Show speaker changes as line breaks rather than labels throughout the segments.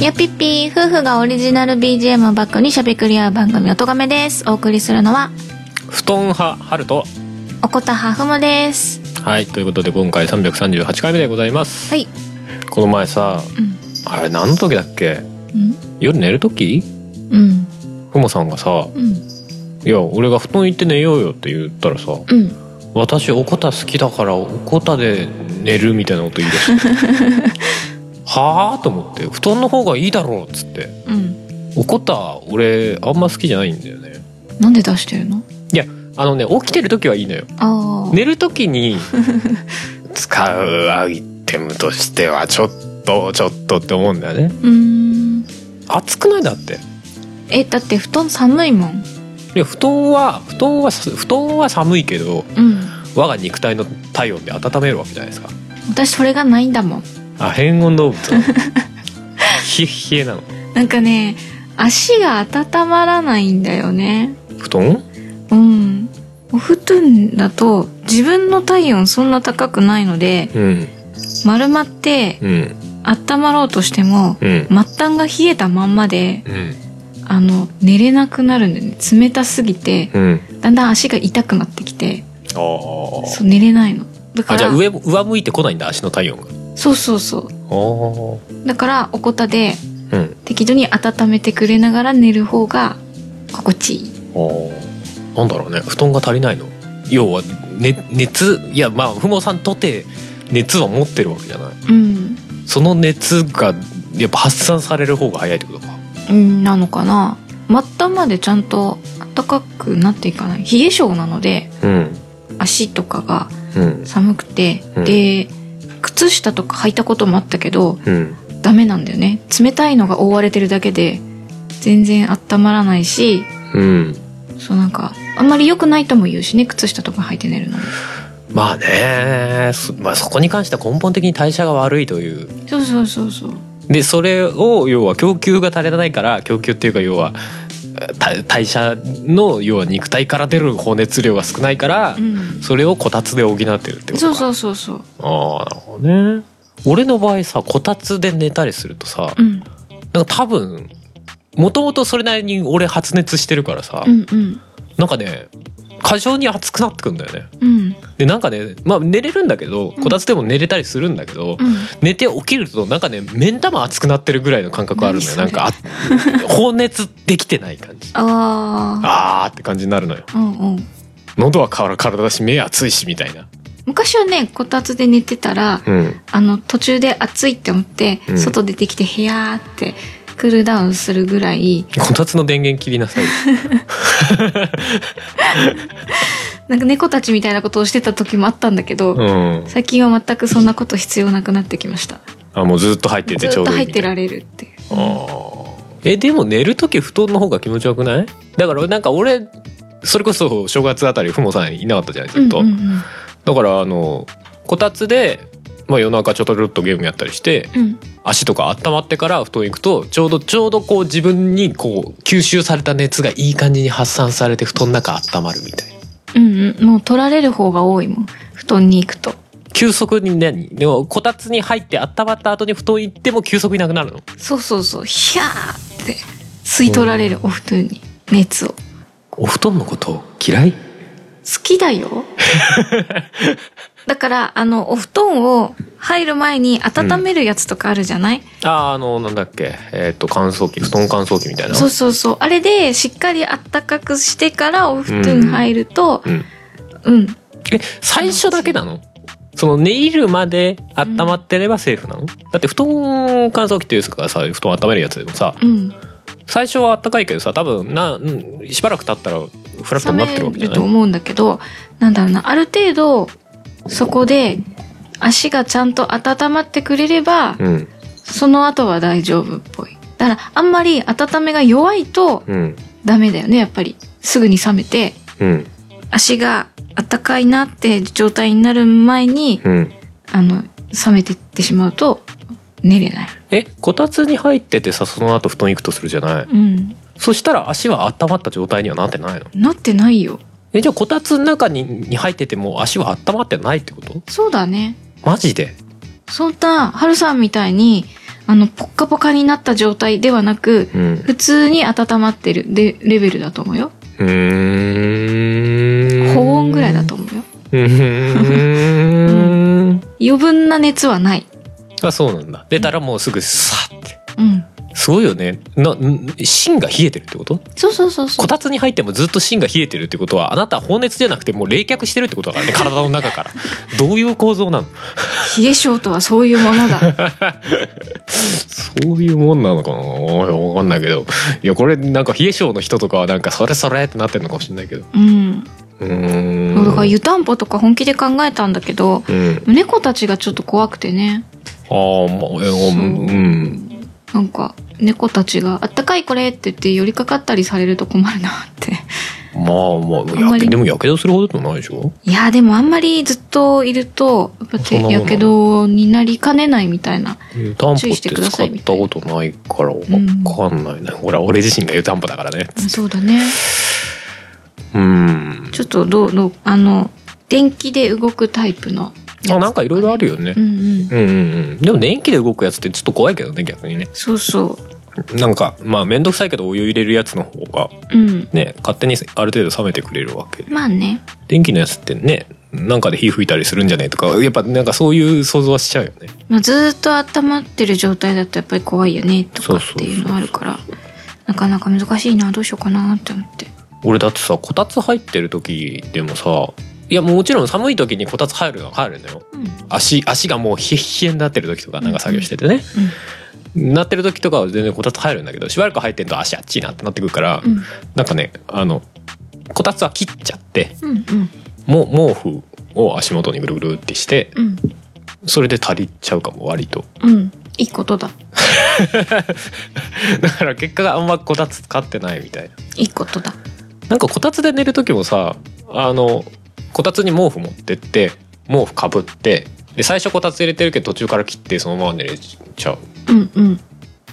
やぴっぴー夫婦がオリジナル BGM をバックにしゃべくり合う番組「おとがめ」ですお送りするのは
布団派春と
おこたはふもです
はいということで今回338回目でございます
はい
この前さ
うん
あれ何の時だっけ
うん
夜寝る時
うん
ふもさんがさ
うん
「いや俺が布団行って寝ようよ」って言ったらさ
うん
「私おこた好きだからおこたで寝る」みたいなこと言い出して「はあ?」と思って「布団の方がいいだろう」っつって
うん
おこた俺あんま好きじゃないんだよね
なんで出してるの
いやあのね起きてる時はいいのよ
ああ、
寝る時 に使うアイテムとしてはちょっとちょっとって思うんだよね
うーん
暑くないだって
えだって布団寒いもん
いや布団は布団は布団は寒いけど
うん
我が肉体の体温で温めるわけじゃないですか
私それがないんだもん
あ変温動 物冷え冷えなの
なんかね足が温まらないんだよね
布団
うんお布団だと自分の体温そんな高くないので
うん
丸まって
うん
温まろうとしても
うん
末端が冷えたまんまで
うん
あの寝れなくなるんだよね冷たすぎて
うん
だんだん足が痛くなってきて
あー
そう寝れないのだか
あじゃ
ら
あ上も上向いてこないんだ足の体温が
そうそうそ
ああ
うだからおこたで
うん
適度に温めてくれながら寝る方が心地いい
あーなんだろうね布団が足りないの要は、ね、熱いやまあふもさんとて熱は持ってるわけじゃない
うん、
その熱がやっぱ発散される方が早いってことか
うん、なのかな末端までちゃんと暖かくなっていかない冷え性なので
うん
足とかが
うん
寒くて、
うん
で靴下とか履いたこともあったけど
うん
ダメなんだよね冷たいのが覆われてるだけで全然温まらないし
うん
そうなんかあんまり良くないとも言うしね靴下とか履いて寝るのも
まあねそ,、まあ、そこに関しては根本的に代謝が悪いという
そうそうそうそう
でそれを要は供給が足りないから供給っていうか要はた代謝の要は肉体から出る放熱量が少ないから、
うん
それをこたつで補ってるってことか
そうそうそうそう
ああなるほどね俺の場合さこたつで寝たりするとさ
うん
なんか多分もともとそれなりに俺発熱してるからさ、
うんうん
なんかね過剰に熱くなってくんだよね
うん
でなんかねまあ寝れるんだけど
うん
こたつでも寝れたりするんだけど、
うん
寝て起きるとなんかね目ん玉熱くなってるぐらいの感覚あるのよな
何
ん
それ
かあ 放熱できてない感じ
あ
あーって感じになるのよ
あうんうん
喉はから体だし目熱いしみたいな
昔はねこたつで寝てたら
うん
あの途中で暑いって思って、
うん
外出てきて部屋ってクールダウンするぐらい
こたつの電源切りな さい
なんか猫たちみたいなことをしてた時もあったんだけど、
うん
最近は全くそんなこと必要なくなってきました
あもうずっと入って
ず
て
っ
ちょう
と
どい
入
い
ってら
れ
れるっていう
えでも寝る時布団の方が気持ちよくないだからなんか俺それこそ正月あたりふもさんいなかったじゃないずっと、
うんうん
だからあのこたつで、まあ、夜中ちょっとルッとゲームやったりして
うん
足とか温まってから布団行くとちょうどちょうどこう自分にこう吸収された熱がいい感じに発散されて布団の中温まるみたいな
うんうんうんもう取られる方が多いもん布団に行くと
急速に何でもこたつに入って温まった後に布団行っても急速になくなるの
そうそうそうヒャーって吸い取られるお布団に熱を好
お布団のこと嫌い
き だよだからあのお布団を入る前に温めるやつとかあるじゃない、
あーあのなんだっけえーっと乾燥機布団乾燥機みたいな
そうそうそうあれでしっかりあったかくしてからお布団に入ると
うん、
うん、
え最初だけなのその寝入るまで温まってればセーフなの、だって布団乾燥機っていうかさ布団温めるやつでもさ
うん、
最初は暖かいけどさ多分なうんしばらく経ったらフラットに
冷
なってるわ
め
けじゃ
る
な
と
い
思うんだけどなんだろうなある程度そこで足がちゃんと温まってくれれば
うん
その後は大丈夫っぽいだからあんまり温めが弱いと
うん
ダメだよねやっぱりすぐに冷めて
うん
足が温かいなって状態になる前に
うん
あの冷めてってしまうと寝れない
えこたつに入っててさその後布団行くとするじゃない
うん
そしたら足は温まった状態にはなってないの
なってないよ
えじゃあこたつの中にに入ってても足は温まってないってこと
そうだね
マジで
そんなハルさんみたいにあのポッカポカになった状態ではなく
うん
普通に温まってるでレベルだと思うよ
うーん
高温ぐらいだと思うよ
うーん
余分な熱はない
あそうなんだ出たらもうすぐさって
うん
すごいよねなん芯が冷えてるってこと
そうそうそうそ
こ
う
たつに入ってもずっと芯が冷えてるってことはあなたは放熱じゃなくてもう冷却してるってことだからね体の中からどういう構造なの
冷え性とはそういうものだ
そういうもんなのかなおいわかんないけどいやこれなんか冷え性の人とかはなんかそれそれってなってるのかもしれないけど
うん
うーん
だから湯たんぽとか本気で考えたんだけど
うん
猫たちがちょっと怖くてね
ああまあえ
そ
うん
う
うん
なんか猫たちが「あったかいこれ」って言って寄りかかったりされると困る なって
まあまあ
んま
や
り
けでもやけどするほどでもないでしょ
いやでもあんまりずっといるとやっぱ
そんなもんな
手や
の
けどになりかねないみたいな
湯たんぽっ
注
て
意して
使
ください
っ
み
た
たいな
ことないからわかんないね、ほら俺自身が湯たんぽだからね
そうだね
うん
ちょっとどうどうあの電気で動くタイプの
あなんかいろいろあるよね
うんうん
うんうんうんでも電気で動くやつってちょっと怖いけどね逆にね
そうそ
なんかまあ面倒くさいけどお湯入れるやつの方が
ううん
ね勝手にある程度冷めてくれるわけで
まあね
電気のやつってねなんかで火吹いたりするんじゃねえとかやっぱなんかそういう想像はしちゃうよね
まあ、ずーっと温まってる状態だとやっぱり怖いよねとかっていうのあるからなかなか難しいなどうしようかなって思って
俺だってさこたつ入ってる時でもさいやもちろん寒い時にこたつ入るのは入るんだよ
うんうん
足足がもう冷え冷えになってる時とかなんか作業しててね、なってる時とかは全然こたつ入るんだけどしばらく入ってると足あっちいなってなってくるから、
うん
なんかねあのこたつは切っちゃって
うんうん
も毛布を足元にぐるぐるってして
うん
それで足りちゃうかも割と
うんいいことだ
だから結果があんまこたつ使ってないみたいない
いことだ
なんかこたつで寝る時もさあのこたつに毛布持ってって毛布かぶってで最初こたつ入れてるけど途中から切ってそのまま寝れちゃう
うんうん
で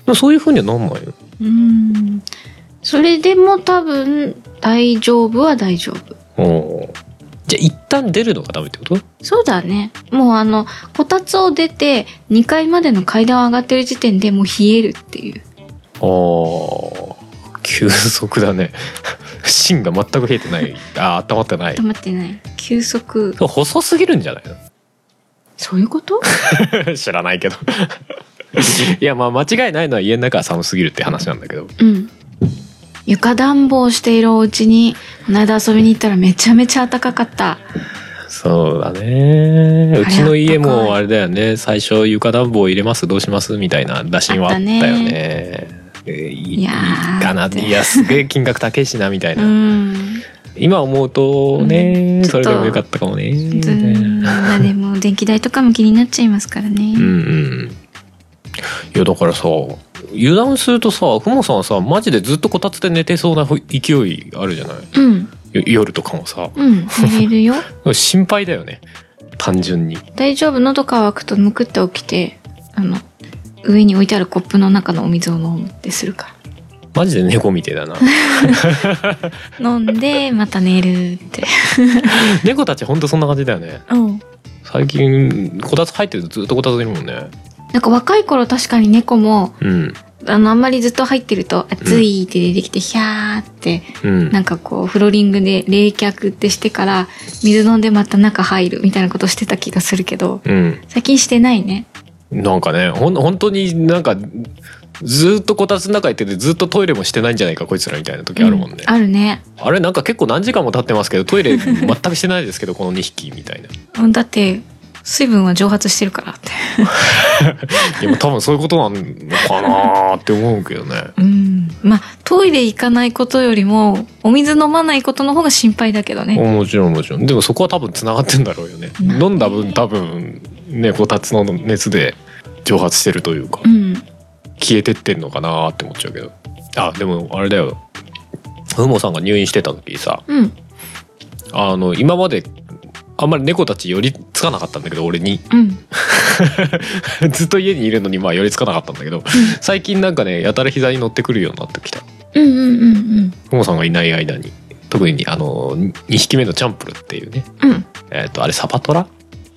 もそういう風にはなんないよ
うーんそれでも多分大丈夫は大丈夫
おーじゃあ一旦出るのがダメってこと
そうだねもうあのこたつを出て2階までの階段を上がってる時点でもう冷えるっていう
ああ急速だね 芯が全く冷えてないあー温まってない
温まってない休息
細すぎるんじゃないの
そういうこと
知らないけどいやまあ間違いないのは家の中は寒すぎるって話なんだけど
うん床暖房しているお家にこの間遊びに行ったらめちゃめちゃ暖かかった
そうだねうちの家
あれあったか
も
い
あれだよね最初床暖房入れますどうしますみたいな打診はあったよねえーいい
いやー
いいかな
ね
いやすげえ金額高いしなみたいうな、
ん
今思うとね、
うん
それでもよかったかもねみた
ず
い
ん
な
まあでも電気代とかも気になっちゃいますからね、
うんうんいやだからさ油断するとさふもさんはさマジでずっとこたつで寝てそうな勢いあるじゃない
うん
よ夜とかもさ
うん寝れるよ
心配だよね単純に
大丈夫喉乾くとむくって起きてあの上に置いてあるコップの中のお水を飲むってするか
マジで猫みてえ だな
ら飲んでまた寝るって
猫たちほんとそんな感じだよね
うん
最近こたつ入ってるとずっとこたついるもんね
なんか若い頃確かに猫も
うん
あのあんまりずっと入ってると暑いって出てきてヒャーって
うん
なんかこうフローリングで冷却ってしてから水飲んでまた中入るみたいなことしてた気がするけど
うん
最近してないね
なんかねほん本当になんかずっとこたつの中行っててずっとトイレもしてないんじゃないかこいつらみたいな時あるもんね
う、あるね
あれなんか結構何時間も経ってますけどトイレ全くしてないですけどこの2匹みたいな
うんだって水分は蒸発してるからって
でも多分そういうことなのかなーって思うけどね
うんまあトイレ行かないことよりもお水飲まないことの方が心配だけどね
もちろんもちろんでもそこは多分つながってんだろうよね
うん
飲んだ分多分ねこたつの熱で蒸発してるというか
うん
消えてってんのかなって思っちゃうけどあでもあれだよふもさんが入院してた時さ
うん
あの今まであんまり猫たち寄りつかなかったんだけど俺に
うん
ずっと家にいるのにまあ寄りつかなかったんだけど最近なんかねやたら膝に乗ってくるようになってきた
うんうんうんうん
ふもさんがいない間に特にあの2匹目のチャンプルっていうね
うん
えっ、とあれサバトラ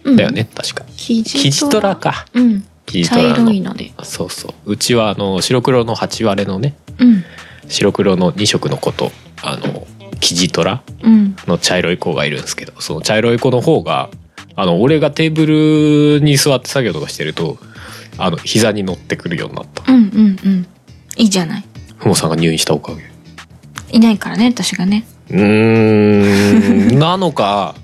うん
だよね、確か
キジ
キジトラか
うん
キジト
茶
ラ
色
の
いので
そうそううちはあの白黒の8割れのね
うん
白黒の2色の子とあのキジトラ
うん
の茶色い子がいるんですけどその茶色い子の方があの俺がテーブルに座って作業とかしてるとあの膝に乗ってくるようになった
うんうんうんいいじゃない
ふもさんが入院したおかげ
いないからね私がね
うーん なのか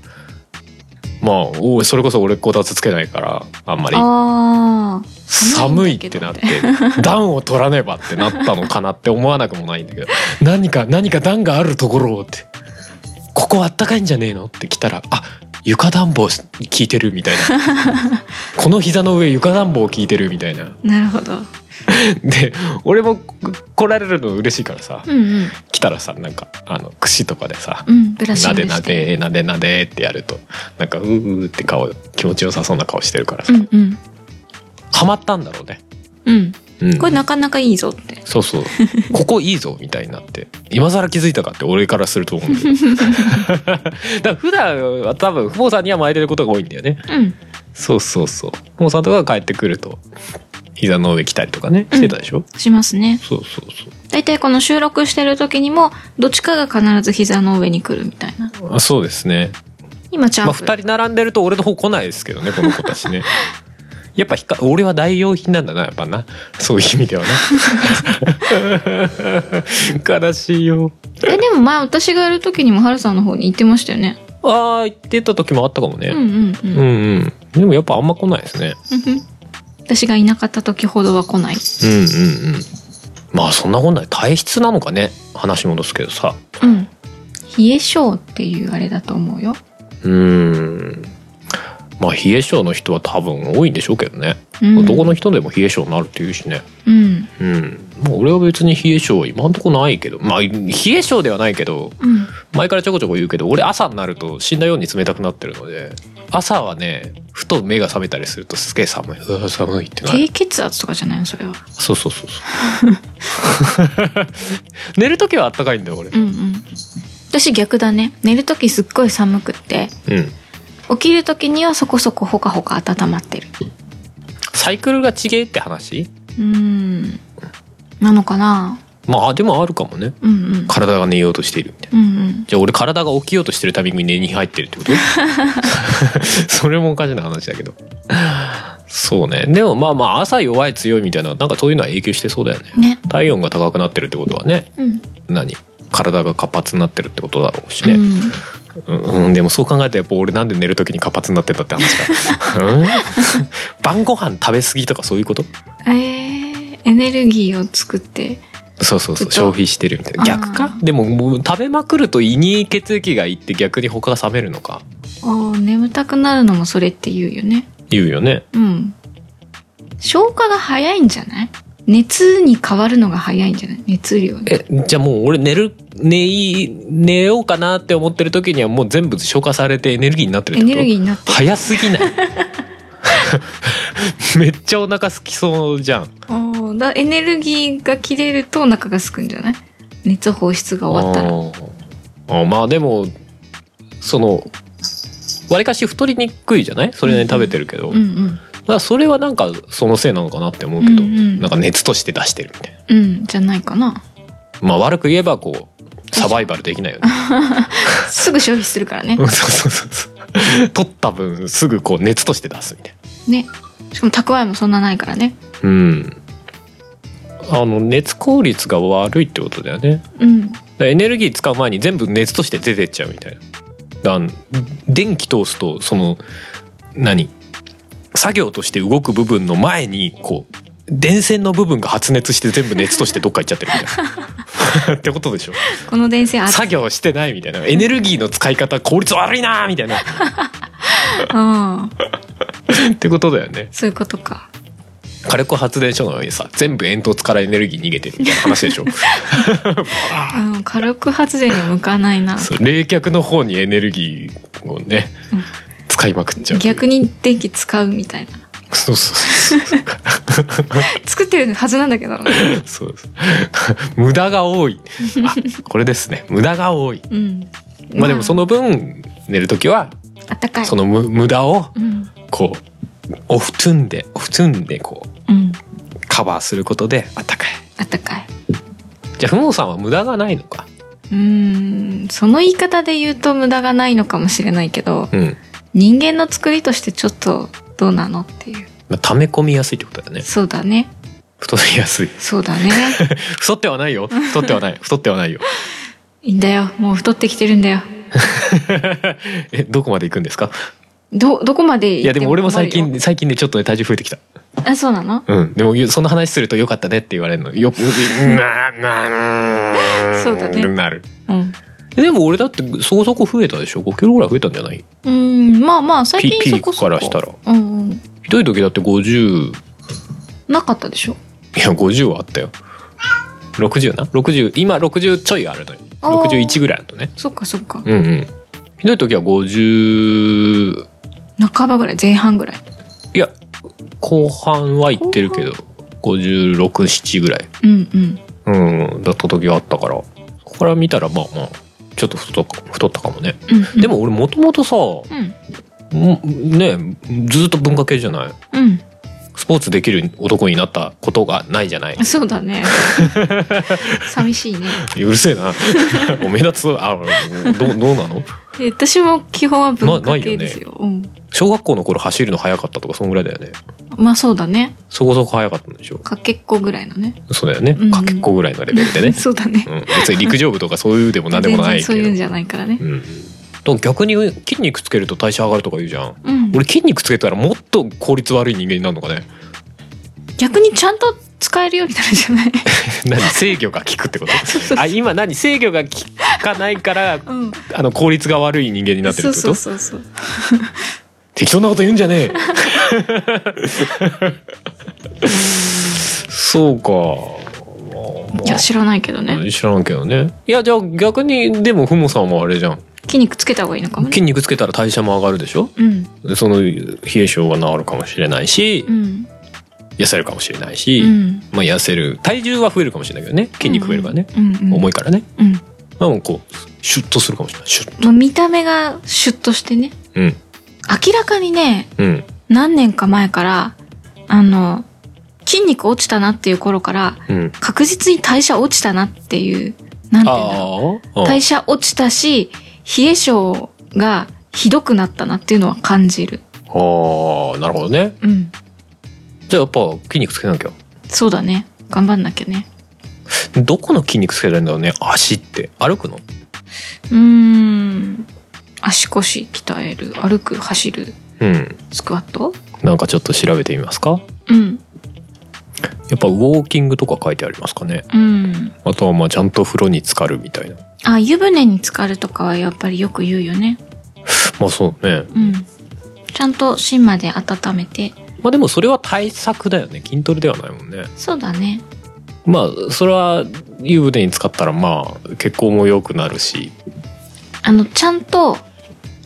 まあおそれこそ俺こたつつけないからあんまり
ああ
寒いってなって暖を取らねばってなったのかなって思わなくもないんだけど何か何か暖があるところをってここあったかいんじゃねえのって来たらあ床暖房効いてるみたいな この膝の上床暖房効いてるみたいな
なるほど
で俺も来られるの嬉しいからさ
うんうん
来たらさなんかあの櫛とかでさ
うんブラッシ
な
ング
で
して
なでなでなでってやるとなんかうーうーって顔気持ちよさそうな顔してるからさ、
うんうん
ハマったんだろうね、
うん
うん
これなかなかいいぞって
そうそうここいいぞみたいになって今更気づいたかって俺からすると思うんだけどだから普段は多分父母さんには巻いてることが多いんだよね
うん
そうそうそう父母さんとかが帰ってくると膝の上来たりとかねしてたでしょ、
しますね
そうそうそ
大体この収録してる時にもどっちかが必ず膝の上に来るみたいな
うあそうですね
今チャ
まあ
ンプ、
2人並んでると俺の方来ないですけどねこの子たちねやっぱひか俺は代用品なんだなやっぱなそういう意味ではな悲しいよ
えでも前私がやる時にもハルさんの方に行ってましたよね
ああ言ってた時もあったかもね、
うんうんう
うん
ん、
うん。でもやっぱあんま来ないですね。
私がいなかった時ほどは来ない
うんうんうん。まあそんなこんなで体質なのかね。話戻すけどさ。
うん冷え性っていうあれだと思うよ
うーん。まあ冷え性の人は多分多いんでしょうけどね。
うん
男の人でも冷え性になるっていうしね。
うん
うん。まあ俺は別に冷え性は今んとこないけど。まあ冷え性ではないけど、
うん
前からちょこちょこ言うけど、俺朝になると死んだように冷たくなってるので、朝はね、ふと目が覚めたりするとすげえ寒い。うわ寒いってなる。
低血圧とかじゃないのそれは
そうそうそうそう。 寝るときはあったかいんだよ、俺。
うんうん私逆だね寝る時すっごい寒くって
うん。
起きる時にはそこそこほかほか温まってる
サイクルが違えって話
うんなのかな
まあ、でもあるかもね。
うんうん
体が寝ようとしているみたいな。
うんうん
じゃあ俺体が起きようとしてるタイミングに寝に入ってるってこと それもおかしな話だけど。そうね。でもまあまあ朝弱い強いみたいな、なんかそういうのは影響してそうだよね。
ね
体温が高くなってるってことはね、
うん、
何体が活発になってるってことだろうし
う
ね。
ん、
うん、うんでもそう考えたらやっぱ俺なんで寝る時に活発になってたって話か、うん 晩ご飯食べ過ぎとかそういうこと
えー、エネルギーを作って
そうそうそ
ずっ
う
と
消費してるみたいな逆
あ
かでももう食べまくると胃に血液がいって逆に他が冷めるのか
おー眠たくなるのもそれって言うよね
言うよね
うん消化が早いんじゃない熱に変わるのが早いんじゃない熱量に
えじゃあもう俺寝る寝い寝ようかなって思ってる時にはもう全部消化されてエネルギーになってるっ
エ
てこと
ネルギーになって
早すぎない めっちゃお腹すきそうじゃん
おーだエネルギーが切れるとお腹が空くんじゃない熱放出が終わったら
あーあーまあでもそのわりかし太りにくいじゃないそれなりに食べてるけど、
うんうん
だからそれはなんかそのせいなのかなって思うけど、
うんうん
なんか熱として出してるみたいな
うんじゃないかな
まあ悪く言えばこうサバイバルできないよね
すぐ消費するからね
うん そうそうそうそう取った分すぐこう熱として出すみたい
ねしかも蓄えもそんなないからね
なうんあの熱効率が悪いってことだよね
うん
だからエネルギー使う前に全部熱として出てっちゃうみたいなだから電気通すとその何作業として動く部分の前にこう電線の部分が発熱して全部熱としてどっか行っちゃってるみたいな ってことでしょ
この電線あ
作業してないみたいなエネルギーの使い方効率悪いなみたいなっ
うん
てことだよね
そういうことか
火力発電所のようにさ全部煙突からエネルギー逃げてるみたいな話 でしょ
うん火力発電に向かないな
そう冷却の方にエネルギーをね
うん
使いまくっちゃう
逆に電気使うみたいな
そうそうそう
作ってるはずなんだけど
そうそうそう 無駄が多いあこれですね無駄が多い
うん
まあでもその分寝る時は
あったかい
その無無駄を
うん
こうオフトゥンでオフトゥンでこう
うん
カバーすることであったかい
あったかい
じゃあふもさんは無駄がないのか
うーんその言い方で言うと無駄がないのかもしれないけど
うん、
人間の作りとしてちょっとどうなのっていう
まあ、溜め込みやすいってことだね
そうだね
太りやすい
そうだね
太ってはないよ太ってはない太ってはないよ
いいんだよもう太ってきてるんだよ
えどこまで行くんですか
どどこまで行って
いやでも俺も最
困る
近最近ねちょっとね体重増えてきた
よあそうなの
うんでもその話するとよかったねって言われるのよなな
そうだね
なる
うん
でも俺だってそこそこ増えたでしょ5キロぐらい増えたんじゃないう
ーんまあまあ最
ピ
近そこそこ
ピークからし
うんうん
ひどい時だって50
なかったでしょ
いや50はあったよ60な60今60ちょいあるのよ
あー
61ぐらいあるのね
そっかそっ
う
か
んうんひどい時は50
半ばぐらい前半ぐらい
いや後半は行ってるけど567ぐらい
うんうん
うんだった時はあったからここから見たらまあまあちょっと太っ太ったかもね、
うんうん
でも俺もともとさ
うん
もねずっと文化系じゃない
うん
スポーツできる男になったことがないじゃない
そうだ ね寂しいね
うるせえな お目立つあどうどうなの
え私も基本は文
なな
化
いよね
系ですよ。うん。
小学校の頃走るの早かったとかそんぐらいだよね
まあそうだね。
そこそこ早かったんでしょ
かけっこぐらいのね。
そうだよね、
うん
かけっこぐらいのレベルでね、
そうだね。
うん、別に陸上部とかそういうでも何でもないけ
全然
ど
そういうんじゃないからね。
うん、でも逆に筋肉つけると代謝上がるとか言うじゃん
うん。
俺筋肉つけたらもっと効率悪い人間になるのかね
逆にちゃんと使えるようになるんじゃない
何制御が効くってこと
そうそ う
あ今何制御が効かないから
うん。
あの効率が悪い人間になってる
そ
ってこと
うそうそうそう。
適当なこと言うんじゃ ねえそうか、まあまあ
いや、知らないけどね。
知らんけどねいやじゃあ逆にでもふもさんもあれじゃん
筋肉つけた方がいいのかもね
筋。肉つけたら代謝も上がるでしょ
うん。
その冷え性が治るかもしれないし、
うん。
痩せるかもしれないし、
うん。
まあ痩せる体重は増えるかもしれないけどね筋肉増えるからね、
うん。うん。
重いからね
うん。
まあもうこうシュッとするかもしれないシュッ
もう見た目がシュッとしてね。
うん
明らかにね、
うん
何年か前から、あの、筋肉落ちたなっていう頃から、
うん
確実に代謝落ちたなっていう、なんていうんだろう。
ああ
代謝落ちたし、冷え性がひどくなったなっていうのは感じる。
ああなるほどね
うん。
じゃあやっぱ筋肉つけなきゃ
そうだね。頑張んなきゃね。
どこの筋肉つけたいんだろうね足って歩くの
うーん。足腰鍛える、歩く、走る、
うん
スクワット
なんかちょっと調べてみますか
うん。
やっぱウォーキングとか書いてありますかね
うん。
あとはまあちゃんと風呂に浸かるみたいな
あ、湯船に浸かるとかはやっぱりよく言うよね。
まあそうね
うん。ちゃんと芯まで温めて。
まあでもそれは対策だよね筋トレではないもんね
そうだね。
まあそれは湯船に使ったらまあ血行も良くなるし
あの、ちゃんと、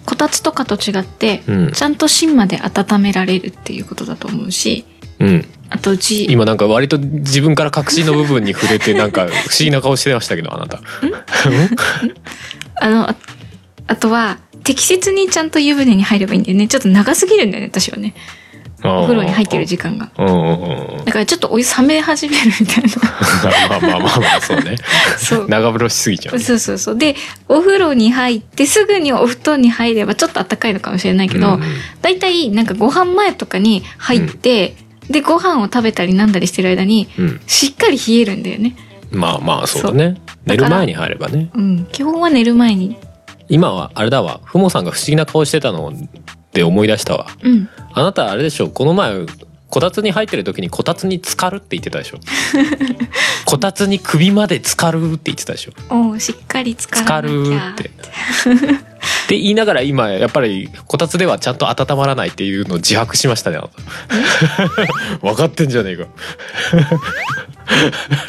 こたつとかと違って、
うん
ちゃんと芯まで温められるっていうことだと思うし、
うん
あとうち、
今なんか割と自分から確信の部分に触れてなんか不思議な顔してましたけどあなた
あの、ああとは、適切にちゃんと湯船に入ればいいんだよね。ちょっと長すぎるんだよね、私はね。お
お
風呂に入ってる時間が。
うんうんうんうん
だからちょっとお湯冷め始めるみた いな。
まあまあまあまあそうね
そう。
長風呂しすぎちゃうね
そうそうそう。で、お風呂に入ってすぐにお布団に入ればちょっと暖かいのかもしれないけど、
うんうん
だいたいなんかご飯前とかに入って、で、ご飯を食べたり飲んだりしてる間に、
うん、
しっかり冷えるんだよね。
まあまあそうだね
だ
寝
から
る前に入ればね
うん。基本は寝る前に。
今はあれだわふもさんが不思議な顔してたので思い出したわ
うん。
あなたあれでしょこの前こたつに入ってる時にこたつに浸かるって言ってたでしょこたつに首まで浸かるって言ってたでしょ
おうしっかり浸
浸か
か
ら
なき
る
ゃ
ってって言いながら今やっぱりこたつではちゃんと温まらないっていうのを自白しましたねあなた 分かってんじゃねえか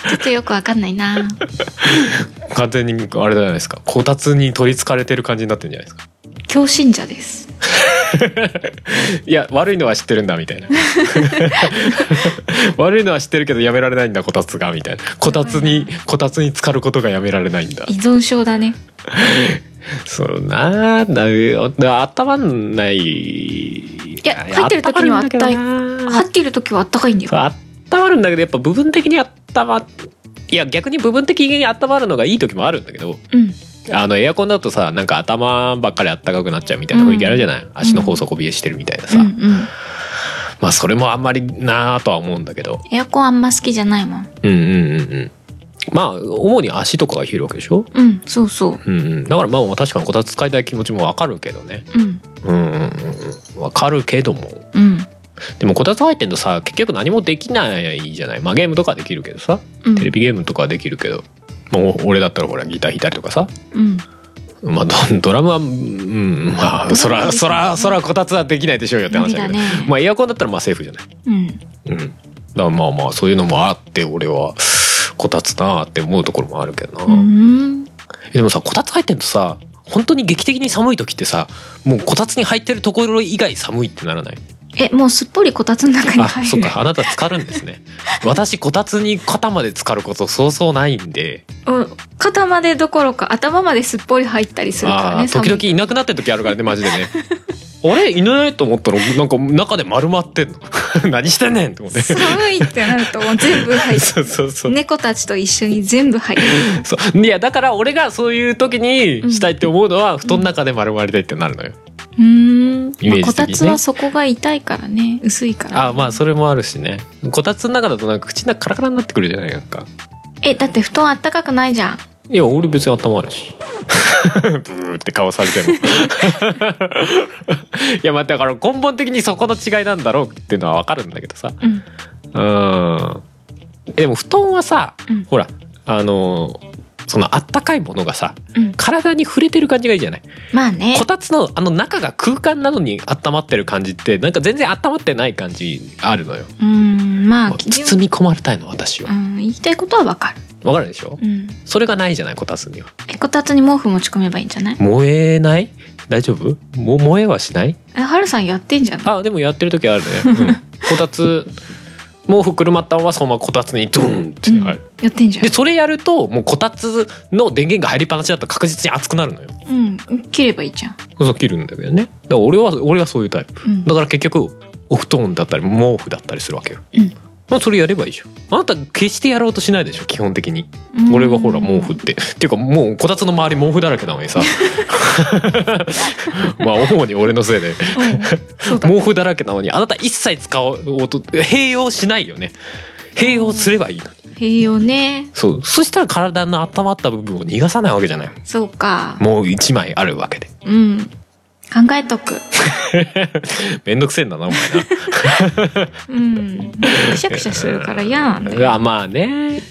ちょっとよくわかんないな
完全にあれじゃないですかこたつに取りつかれてる感じになってるんじゃないですか
強信者です
いや悪いのは知ってるんだみたいな悪いのは知ってるけどやめられないんだこたつがみたいなこたつにこたつに浸かることがやめられないんだ
依存症だね
そうなあだあったまんないい
や入ってる時にはあったかい
は
入っている時はあったかいんだよ
あったまるんだけどやっぱ部分的にあったまいや逆に部分的にあったまるのがいい時もあるんだけど
うん
あのエアコンだとさなんか頭ばっかりあったかくなっちゃうみたいな雰囲気あるじゃない、足の法則怯えしてるみたいな
う
さ、
んうん
まあそれもあんまりなあとは思うんだけど
エアコンあんま好きじゃないもん
うんうんうんうんまあ主に足とかが冷えるわけでしょ
うんそうそう
うんうん、だからまあ確かにこたつ使いたい気持ちもわかるけどね
うん
うんうんうんうんわかるけども
うん
でもこたつ入ってんとさ結局何もできないじゃないまあゲームとかはできるけどさ
うん
テレビゲームとかはできるけど、もう俺だったらほらギター弾いたりとかさ
うん
まあドドラムはうんまあそらそらそらこたつはできないでしょうよって
無
話
理
だ
だ
けど
ね
まあエアコンだったらまあセーフじゃない
うん
うんだからまあまあそういうのもあって俺はこたつなあって思うところもあるけどな、
うん
でもさこたつ入ってんとさ本当に劇的に寒い時ってさもうこたつに入ってるところ以外寒いってならない
えもうすっぽりこたつの中に
あ
入る
そっかあなた浸かるんですね私こたつに肩まで浸かることそうそうないんで
うん肩までどころか頭まですっぽり入ったりするから
あ
ね
ー時
寒い
々いなくなってる時あるからねマジでね あれいないと思ったらなんか中で丸まってんの 何してんねんって思って
寒いってなるともう全部入
そうそう そう
る猫たちと一緒に全 部入る
そういやだから俺がそういう時にしたいって思うのは、布団の中で丸まりたいってなるのよ、
うーん、
イメージ的にね
まあこたつはそこが痛いからね薄いから
あまあそれもあるしねこたつの中だとなんか口の中カラカラになってくるじゃないなんか
えだって布団あったかくないじゃん
いや俺別に頭あるしブーって顔されて もいやまあだから根本的にそこの違いなんだろうっていうのはわかるんだけどさ
うん
うんでも布団はさ、
うん
ほらあのそのあったかいものがさ
うん
体に触れてる感じがいいじゃない
まあね
こたつのあの中が空間なのに温まってる感じってなんか全然温まってない感じあるのよ
うーんまあ
もう包み込まれたいの私
う
は
ん言いたいことはわかる、
わかるでしょ
うん、
それがないじゃないこたつには
えこたつに毛布持ち込めばいいんじゃない
燃えない大丈夫も燃えはしない
えはるさんやってんじゃない
あでもやってる時あるね、 うんこたつ毛布くるまったままそのままこたつにドーンって、
うん
はい
やってんじゃ
でそれやるともうこたつの電源が入りっぱなしだと確実に熱くなるのよ
んうん切ればいいじゃん、
そう切るんだけどねだから俺は俺はそういうタイプ
うん
だから結局お布団だったり毛布だったりするわけよ、
うん
まあ、それやればいいじゃんあなた決してやろうとしないでしょ基本的に
うん
俺がほら毛布ってっていうかもうこたつの周り毛布だらけなの にさまあ主に俺のせいで
うんそうだ
毛布だらけなのにあなた一切使おうと併用しないよね併用すればいいのに
栄養ね
そうそしたら体の温まった部分を逃がさないわけじゃない
そうか
もう一枚あるわけで
うん考えとく
めんどくせえんだなお前な
うんくしゃくしゃするから嫌なんだ
う
よ
わ まあね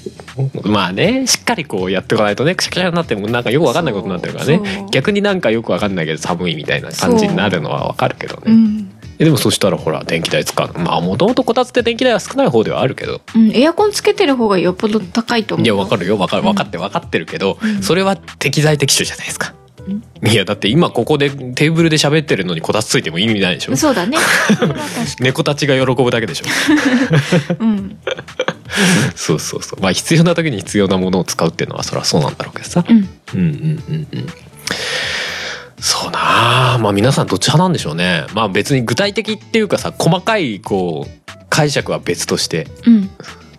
まあねしっかりこうやっておかないとねくしゃくしゃになってもなんかよくわかんないことになってるから
そ
ね
う
逆になんかよくわかんないけど寒いみたいな感じになるのはわかるけど
う
ね、
ん
えでもそしたらほら電気代使うのまあもともとこたつって電気代は少ない方ではあるけど
うん、エアコンつけてる方がよっぽど高いと思う。
いやわか
る。
るよわかる分かって分かってるけど、
うん
それは適材適所じゃないですか、いやだって今ここでテーブルで喋ってるのにこたつついても意味ないでしょ
そうだ ね。それは確
猫たちが喜ぶだけでしょ
かにうん。
そうそうそうまあ必要な時に必要なものを使うっていうのはそりゃそうなんだろうけどさ、
うん。
うんうんうんうん。そうなあまあ皆さんどっち派なんでしょうね。まあ別に具体的っていうかさ、細かいこう、解釈は別として、
うん。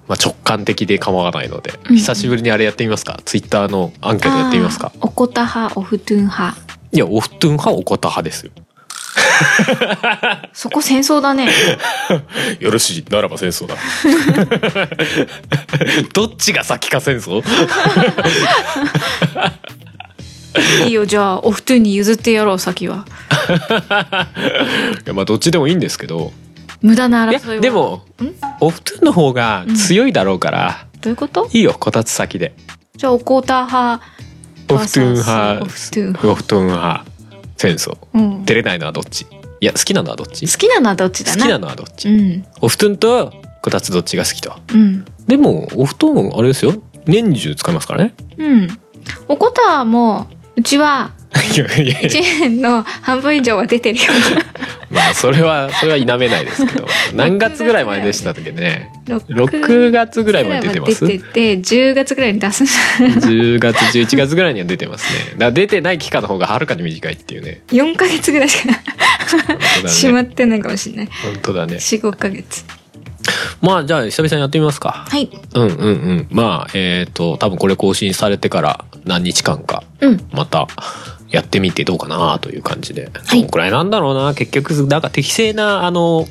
まあ直感的で構わないので、
うん
久しぶりにあれやってみますかツイッターのアンケートやってみますか
あーおこた派、おふとゥん派。
いや、オフトゥン派、おこた派ですよ。
そこ戦争だ ね。
よろしい、ならば戦争 だ。どっちが先か戦争
いいよ、じゃあ、おふとゥんに譲ってやろう、先は。
いやまあどっちでもいいんですけど。
無駄ない争いは。
や、で。も、オフトゥンの方が強いだろうから、
どういうこと
いいよ、こたつ先で。
じゃあ、おこた派。
オフトゥン派
おふとゥん派。
オフトゥン派戦争
うん、
照
好
れないのはどっちいや好きなのはどっち好
きなのはどっちだ
きな
な
のはどっち、
うん
お布団とこたつどっちが好きと
うん
でもお布団あれですよ年中使いますからね
うんおこたはもううちはい
やいやいや
1年の半分以上は出てるよ
まあそれはそれは否めないです けど何月ぐらいまででしたっけね6
6
月ぐらいまで出てます
出てて10月ぐらいに出す
10月11月ぐらいには出てますねだから出てない期間の方がはるかに短いっていう ね
4ヶ月ぐらいしか
本当
し
だ
ま
ね
ってないかもしれない
本当だね
45ヶ月
まあじゃあ久々にやってみますか
はい
うんうんうんまあえっ、と多分これ更新されてから何日間か
うん
またやってみてどうかなという感じで、
い
どんくらいなんだろうな結局なんか適正なあの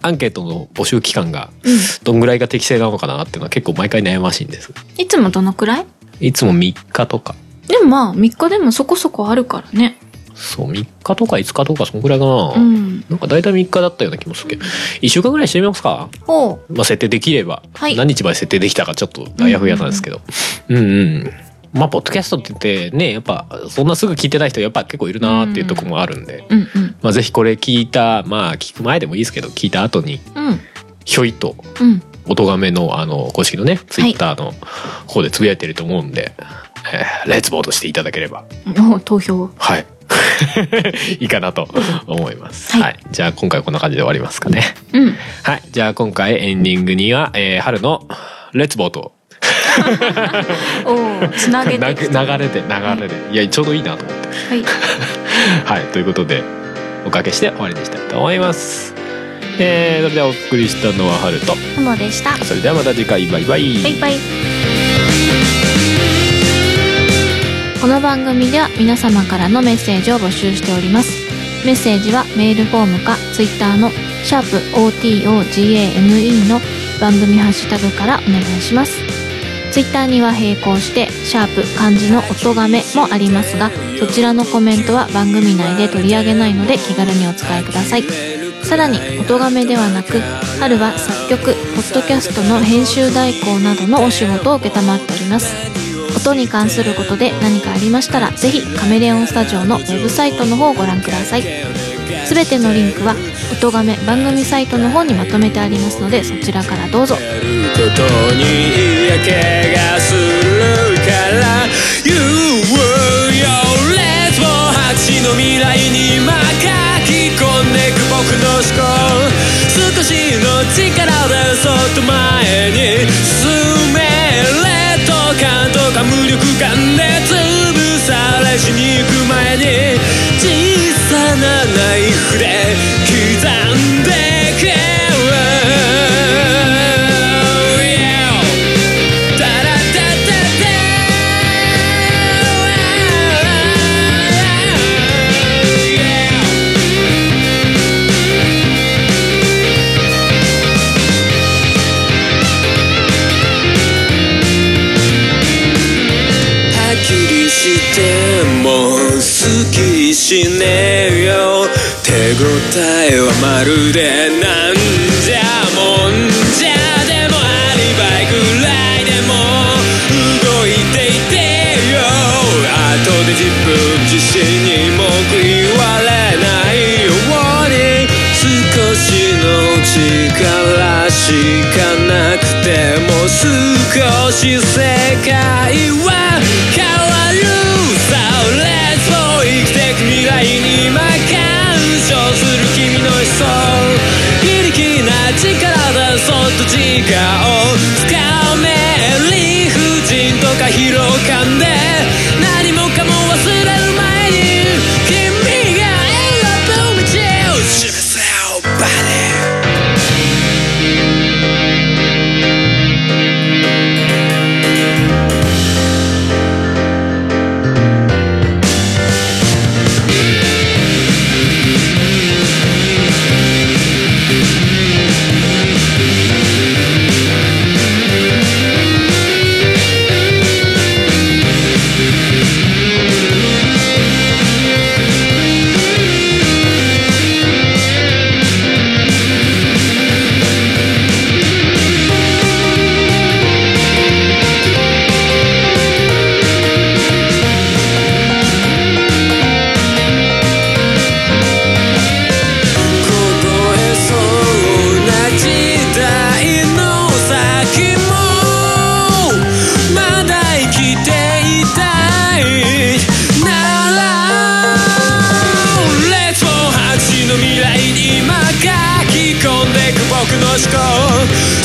アンケートの募集期間が
うん
どんぐらいが適正なのかなっていうのは結構毎回悩ましいんです
いつもどのくらい
いつも3日とか
でもまあ3日でもそこそこあるからね
そう3日とか5日とかそのくらいかな、
うん
なんか大体3日だったような気もするけど1週間ぐらいしてみますか
おう
まあ、設定できれば、
はい
何日まで設定できたかちょっとあやふやなんですけどうんうん、まあポッドキャストって言ってねやっぱそんなすぐ聞いてない人やっぱ結構いるなーっていうとこもあるんで、
うんうん
まあ、ぜひこれ聞いたまあ聞く前でもいいですけど聞いた後に
うん
ひょいと
うん
音がめのあの公式のねツイッターの方でつぶやいてると思うんで、えーレッツボードしていただければ
おう投票を
はい いいかなと思います、
はい
はい、じゃあ今回はこんな感じで終わりますかね
うん
はい。じゃあ今回エンディングには、えー春のレッツボート。
おうつな
流
げ
れ
て
で、
き
流
た
れで。いや、ちょうどいいなと思って。
はい
はい。ということで、おかけして終わりにしたいと思います。えー、それではお送りしたのは春と。
ともでした
それではまた次回、バイバイ。
バイバイこの番組では皆様からのメッセージを募集しておりますメッセージはメールフォームかツイッターの「シャープ o t o g a m e の番組ハッシュタグからお願いしますツイッターには並行して「シャープ漢字の音がめ」もありますがそちらのコメントは番組内で取り上げないので気軽にお使いくださいさらに音がめではなく春は作曲ポッドキャストの編集代行などのお仕事を承っております音に関することで何かありましたらぜひカメレオンスタジオのウェブサイトの方をご覧くださいすべてのリンクは音がめ番組サイトの方にまとめてありますのでそちらからどうぞ
ことに嫌気がするから You were your let's go 8の未来に今書き込んでく僕の思考少しの力でそっと前に進め劣等感とか無力感で潰され死に行く前に小さなナイフで刻んでくれ Yeah. Da-da-da-da-da. Yeah. はっきりしてもう好きしねえよ手応えはまるでなんじゃもんじゃでもアリバイぐらいでも動いていてよ後で自分自身に文句言われないように少しの力しかなくても少し世界は変わるさあ Let's go 生きてく未来に今干渉する君の思想非力な力でそっと時間をつかめ理不尽とか疲労感で何もかも忘れる前に君が選ぶ道を示せよバディ「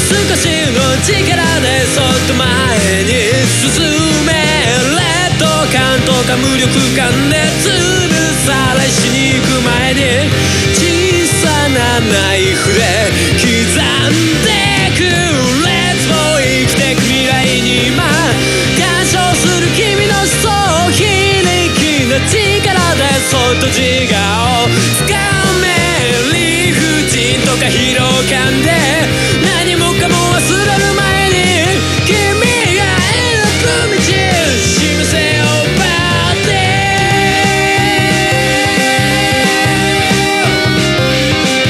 力でそっと前に進め劣等感とか無力感で潰されしに行く前に小さなナイフで刻んでくレッツも生きてく未来に今干渉する君の思想非力な力でそっと自我を掴め理不尽とか疲労感で何もかも忘れる前に君が選ぶ道示せよバーテ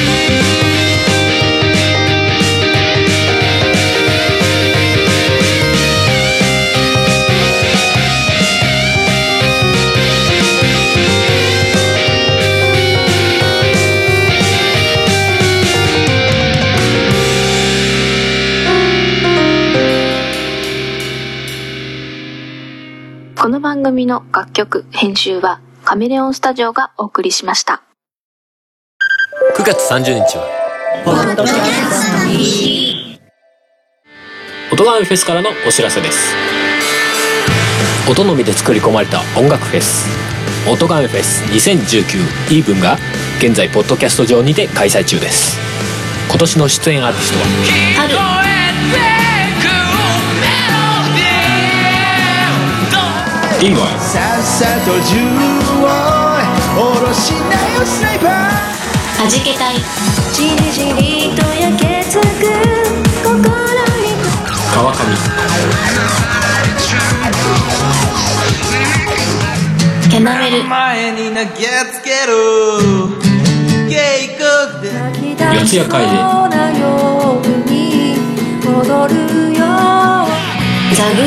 ン
この番組の楽曲編集はカメレオンスタジオがお送りしました
9月30日は
音ガメフェスからのお知らせです音のみで作り込まれた音楽フェス音ガメフェス2019イーブンが現在ポッドキャスト上にて開催中です今年の出演アーティストはリンゴ
さっさと銃を下ろしなよスナイパー
はじけたい
じりじりと焼けつく心に
川上
キャナメル
前に投げつける警告で
泣き出しそうな夜に戻るよ
ザグー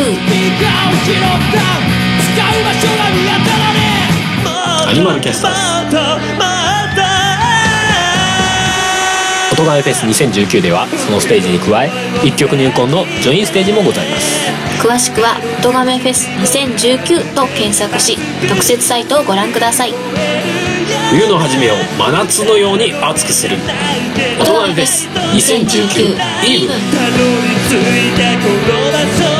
アニマルキャスターズ音ガメフェス2019ではそのステージに加え一曲入魂のジョインステージもございます
詳しくは「音ガメフェス2019」と検索し特設サイトをご覧ください
冬の初めを真夏のように熱くする大人フェス2019イーブン
たどり着いた頃だそう